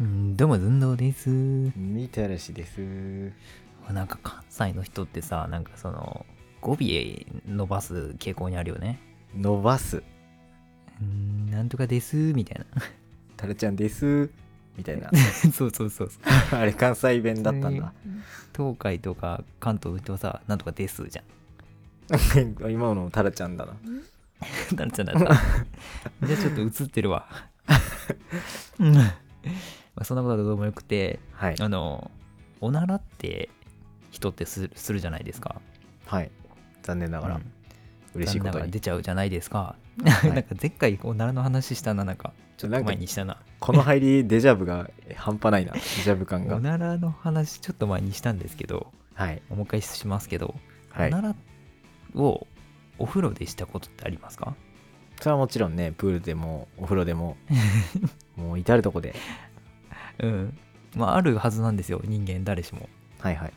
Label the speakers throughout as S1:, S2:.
S1: うんどうもずんどうです
S2: みたらしです。
S1: なんか関西の人ってさなんかその語尾伸ばす傾向にあるよね
S2: 伸ばす。
S1: うんなんとかですみたい
S2: タラちゃんです。みたいな。
S1: な そうそうそうそう
S2: あれ関西弁だったんだ。
S1: 東海とか関東の人はさなんとかですじゃん
S2: 今のタラちゃんだな。
S1: なるちゃん だった じゃあちょっと映ってるわうんまあそんなことはどうでもよくて
S2: はい。
S1: あのおならって人ってするするじゃないですか
S2: はい。残念なが
S1: う
S2: ら
S1: ん
S2: 嬉しいこと
S1: なんか
S2: に。
S1: 出ちゃうじゃないですか、
S2: い
S1: なんか前回おならの話したななんかちょっと前にしたな
S2: この入りデジャブが半端ないな。デジャブ
S1: お
S2: 感が。
S1: ならの話ちょっと前にしたんですけど
S2: はい。
S1: もう一回しますけど、
S2: は
S1: お
S2: い
S1: な。らをお風呂でしたことってありますか
S2: それはもちろんね、プールでもお風呂 でも、もう至るとこで。
S1: うんまああるはずなんですよ人間誰しも
S2: はいはい。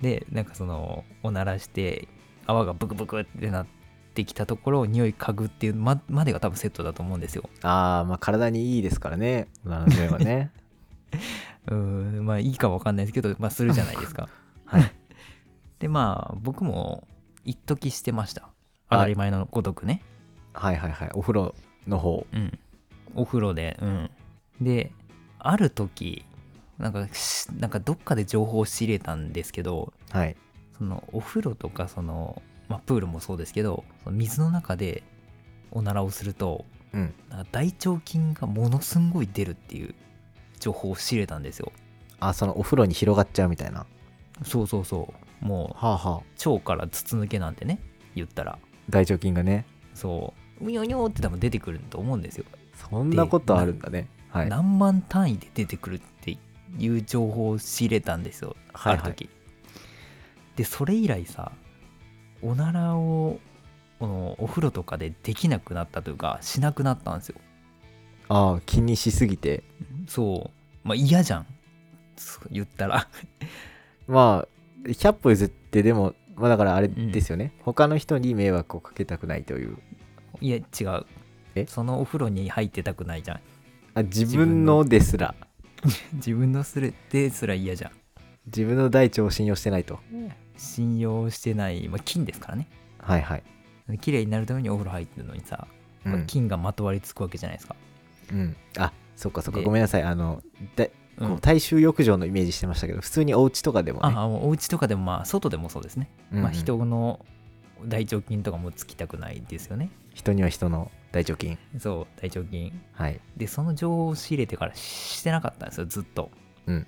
S1: でなんかそのおならして泡がブクブクってなってきたところを匂い嗅ぐっていうままでが多分セットだと思うんですよ
S2: ああ、まあ体にいいですからね。おならの匂い はね。
S1: うんまあいいかわかんないですけどまあするじゃないですか
S2: はい
S1: でまあ僕も一時してました当たり前のごとくね、
S2: はいはいはい。お風呂の方。
S1: うん、お風呂でうんである時なんかしなんかどっかで情報を仕入れたんですけど
S2: はい。
S1: そのお風呂とかその、まあ、プールもそうですけどその水の中でおならをすると
S2: うん。
S1: なんか大腸菌がものすんごい出るっていう情報を仕入れたんですよ
S2: あ、そのお風呂に広がっちゃうみたいな。
S1: そうそうそうも
S2: はあはあ。
S1: う腸から筒抜けなんてね言ったら
S2: 大腸菌がね
S1: そううにょにょって多分出てくると思うんですよ
S2: そんなことあるんだねはいはい
S1: 何万単位で出てくるっていう情報を仕入れたんですよ、
S2: はい
S1: ある時でそれ以来さおならをこのお風呂とかでできなくなったというかしなくなったんですよ
S2: ああ気にしすぎて
S1: そうまあ嫌じゃんそう言ったら
S2: まあ100歩譲ってでもまあだからあれですよね、他の人に迷惑をかけたくないという
S1: いや違う
S2: え
S1: そのお風呂に入ってたくないじゃん
S2: あ自
S1: 分
S2: 分
S1: の
S2: のですら
S1: 自分のするですら嫌じゃん
S2: 自分の大腸を信用してないと
S1: 信用してない、まあ、菌ですからね
S2: はいはい、
S1: 綺麗になるためにお風呂入ってるのにさ、
S2: う
S1: まあ
S2: ん
S1: 菌がまとわりつくわけじゃないですか、
S2: うんあそっかそっか
S1: で
S2: ごめんなさいあのだ
S1: うん
S2: こう大衆浴場のイメージしてましたけど普通にお家とかでもね
S1: ああもうお家とかでもまあ外でもそうですね、
S2: うんうん
S1: まあ、人の大腸菌とかもつきたくないですよね
S2: 人には人の大腸菌
S1: そう大腸菌
S2: はい
S1: でその情報を仕入れてからしてなかったんですよずっと、
S2: うん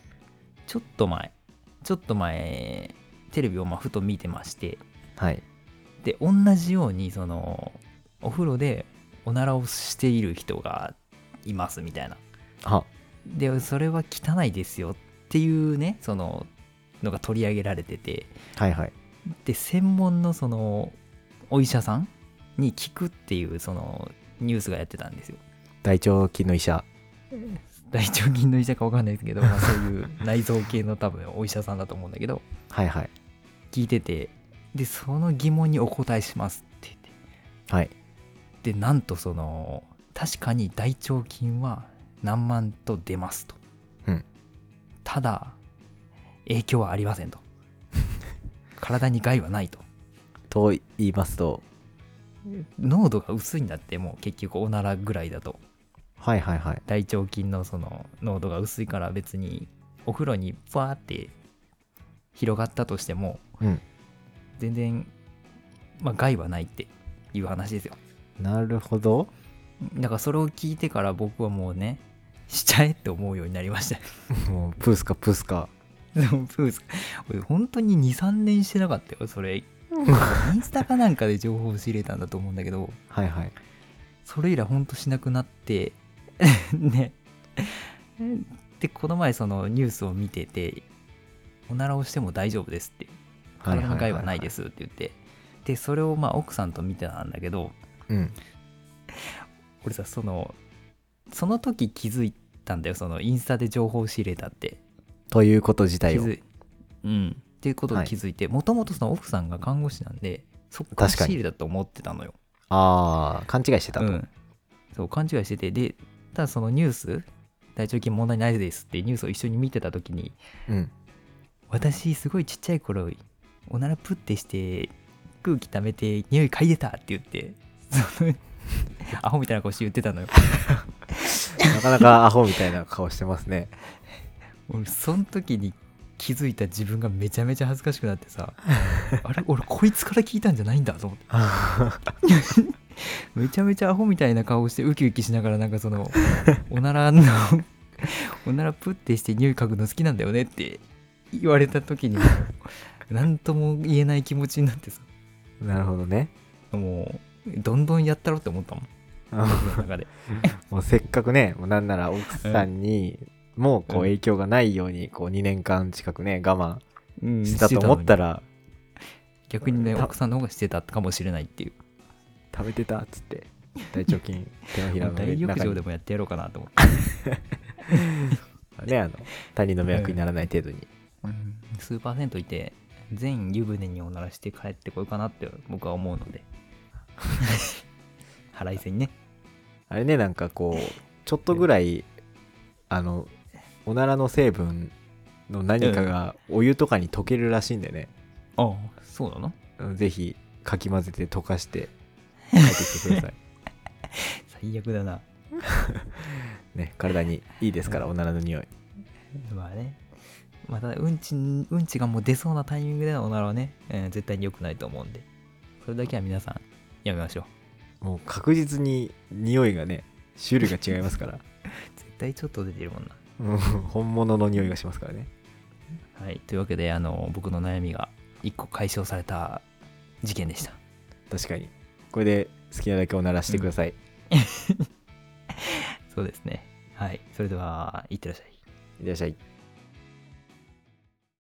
S1: ちょっと前ちょっと前テレビをまあふと見てまして
S2: はい
S1: で同じようにそのお風呂でおならをしている人がいますみたいな
S2: あ
S1: でそれは汚いですよっていうねそののが取り上げられてて
S2: はいはい
S1: で専門のそのお医者さんに聞くっていうそのニュースがやってたんですよ
S2: 大腸菌の医者
S1: 大腸菌の医者か分かんないですけど、まあ、そういう内臓系の多分お医者さんだと思うんだけど
S2: はいはい
S1: 聞いててでその疑問にお答えしますって言っ
S2: はい
S1: てでなんとその確かに大腸菌は何万と出ますと、
S2: うん
S1: ただ影響はありませんと 体に害はないと
S2: と言いますと
S1: 濃度が薄いんだってもう結局おならぐらいだと
S2: はいはいはい
S1: 大腸菌のその濃度が薄いから別にお風呂にバーって広がったとしても、
S2: うん
S1: 全然、まあ、害はないっていう話ですよ
S2: なるほど。
S1: だからそれを聞いてから僕はもうねしちゃえって思うようになりました
S2: もうプースカプースカ。
S1: でもプーさん俺本当に23年してなかったよそ れインスタかなんかで情報を仕入れたんだと思うんだけど
S2: はいはい。。
S1: それ以来ほんとしなくなって ねでこの前そのニュースを見てて「おならをしても大丈夫です」って「体の害はないですす」って言ってでそれをまあ奥さんと見てたんだけど
S2: うん。
S1: 俺さそのその時気づいたんだよそのインスタで情報を仕入れたって
S2: ということ自
S1: 気
S2: 体を。
S1: づいうんっていうことを気づいてもともとその奥さんが看護師なんでそっから
S2: 確か
S1: 仕
S2: に
S1: 入れだと思ってたのよ
S2: ああ、勘違いしてた
S1: う
S2: と。
S1: ん、そう勘違いしててでただそのニュース大腸菌問題ないですっていうニュースを一緒に見てた時に
S2: うん
S1: 私すごいちっちゃい頃おならプッてして空気溜めて匂い嗅いでたって言って そのアホみたいな顔して言ってたのよ
S2: なかなかアホみたいな顔してますね
S1: 俺その時に気づいた自分がめちゃめちゃ恥ずかしくなってさ あれ俺こいつから聞いたんじゃないんだと思ってめちゃめちゃアホみたいな顔してウキウキしながらなんかそ のおならのおならプッてして匂い嗅ぐの好きなんだよねって言われた時にも何とも言えない気持ちになってさ
S2: なるほどね
S1: もうどんどんやったろって思ったもん僕の中で
S2: もうせっかくねもうなんなら奥さんにもうこう影響がないようにこう2年間近くね我慢してたと思った
S1: ら
S2: ら
S1: 逆にね
S2: た
S1: 奥さんの方がしてたかもしれないっていう
S2: 食べてたっつって大腸菌手のひらの
S1: 大 浴
S2: 中
S1: 場
S2: に
S1: でもやってやろうかなと思って
S2: ねあの他人の迷惑にならない程度に
S1: 数パーセントいて全湯船におならして帰ってこようかなって僕は思うので 腹いせにね
S2: あれねなんかこうちょっとぐらいあのおならの成分の何かがお湯とかに溶けるらしいんでね、
S1: ああそうなの
S2: ぜひかき混ぜて溶かして帰ってきてください
S1: 最悪だな
S2: ね体にいいですからおならの匂い
S1: まあねまあただうんちうんちがもう出そうなタイミングでのおならはね、えー絶対に良くないと思うんでそれだけは皆さんやめましょう
S2: もう確実に匂いがね種類が違いますから
S1: 絶対ちょっと出てるもんな
S2: うん本物の匂いがしますからね
S1: はいというわけであの僕の悩みが1個解消された事件でした
S2: 確かにこれで好きなだけおならしてください、
S1: そうですねはいそれではいってらっしゃい
S2: いらっしゃい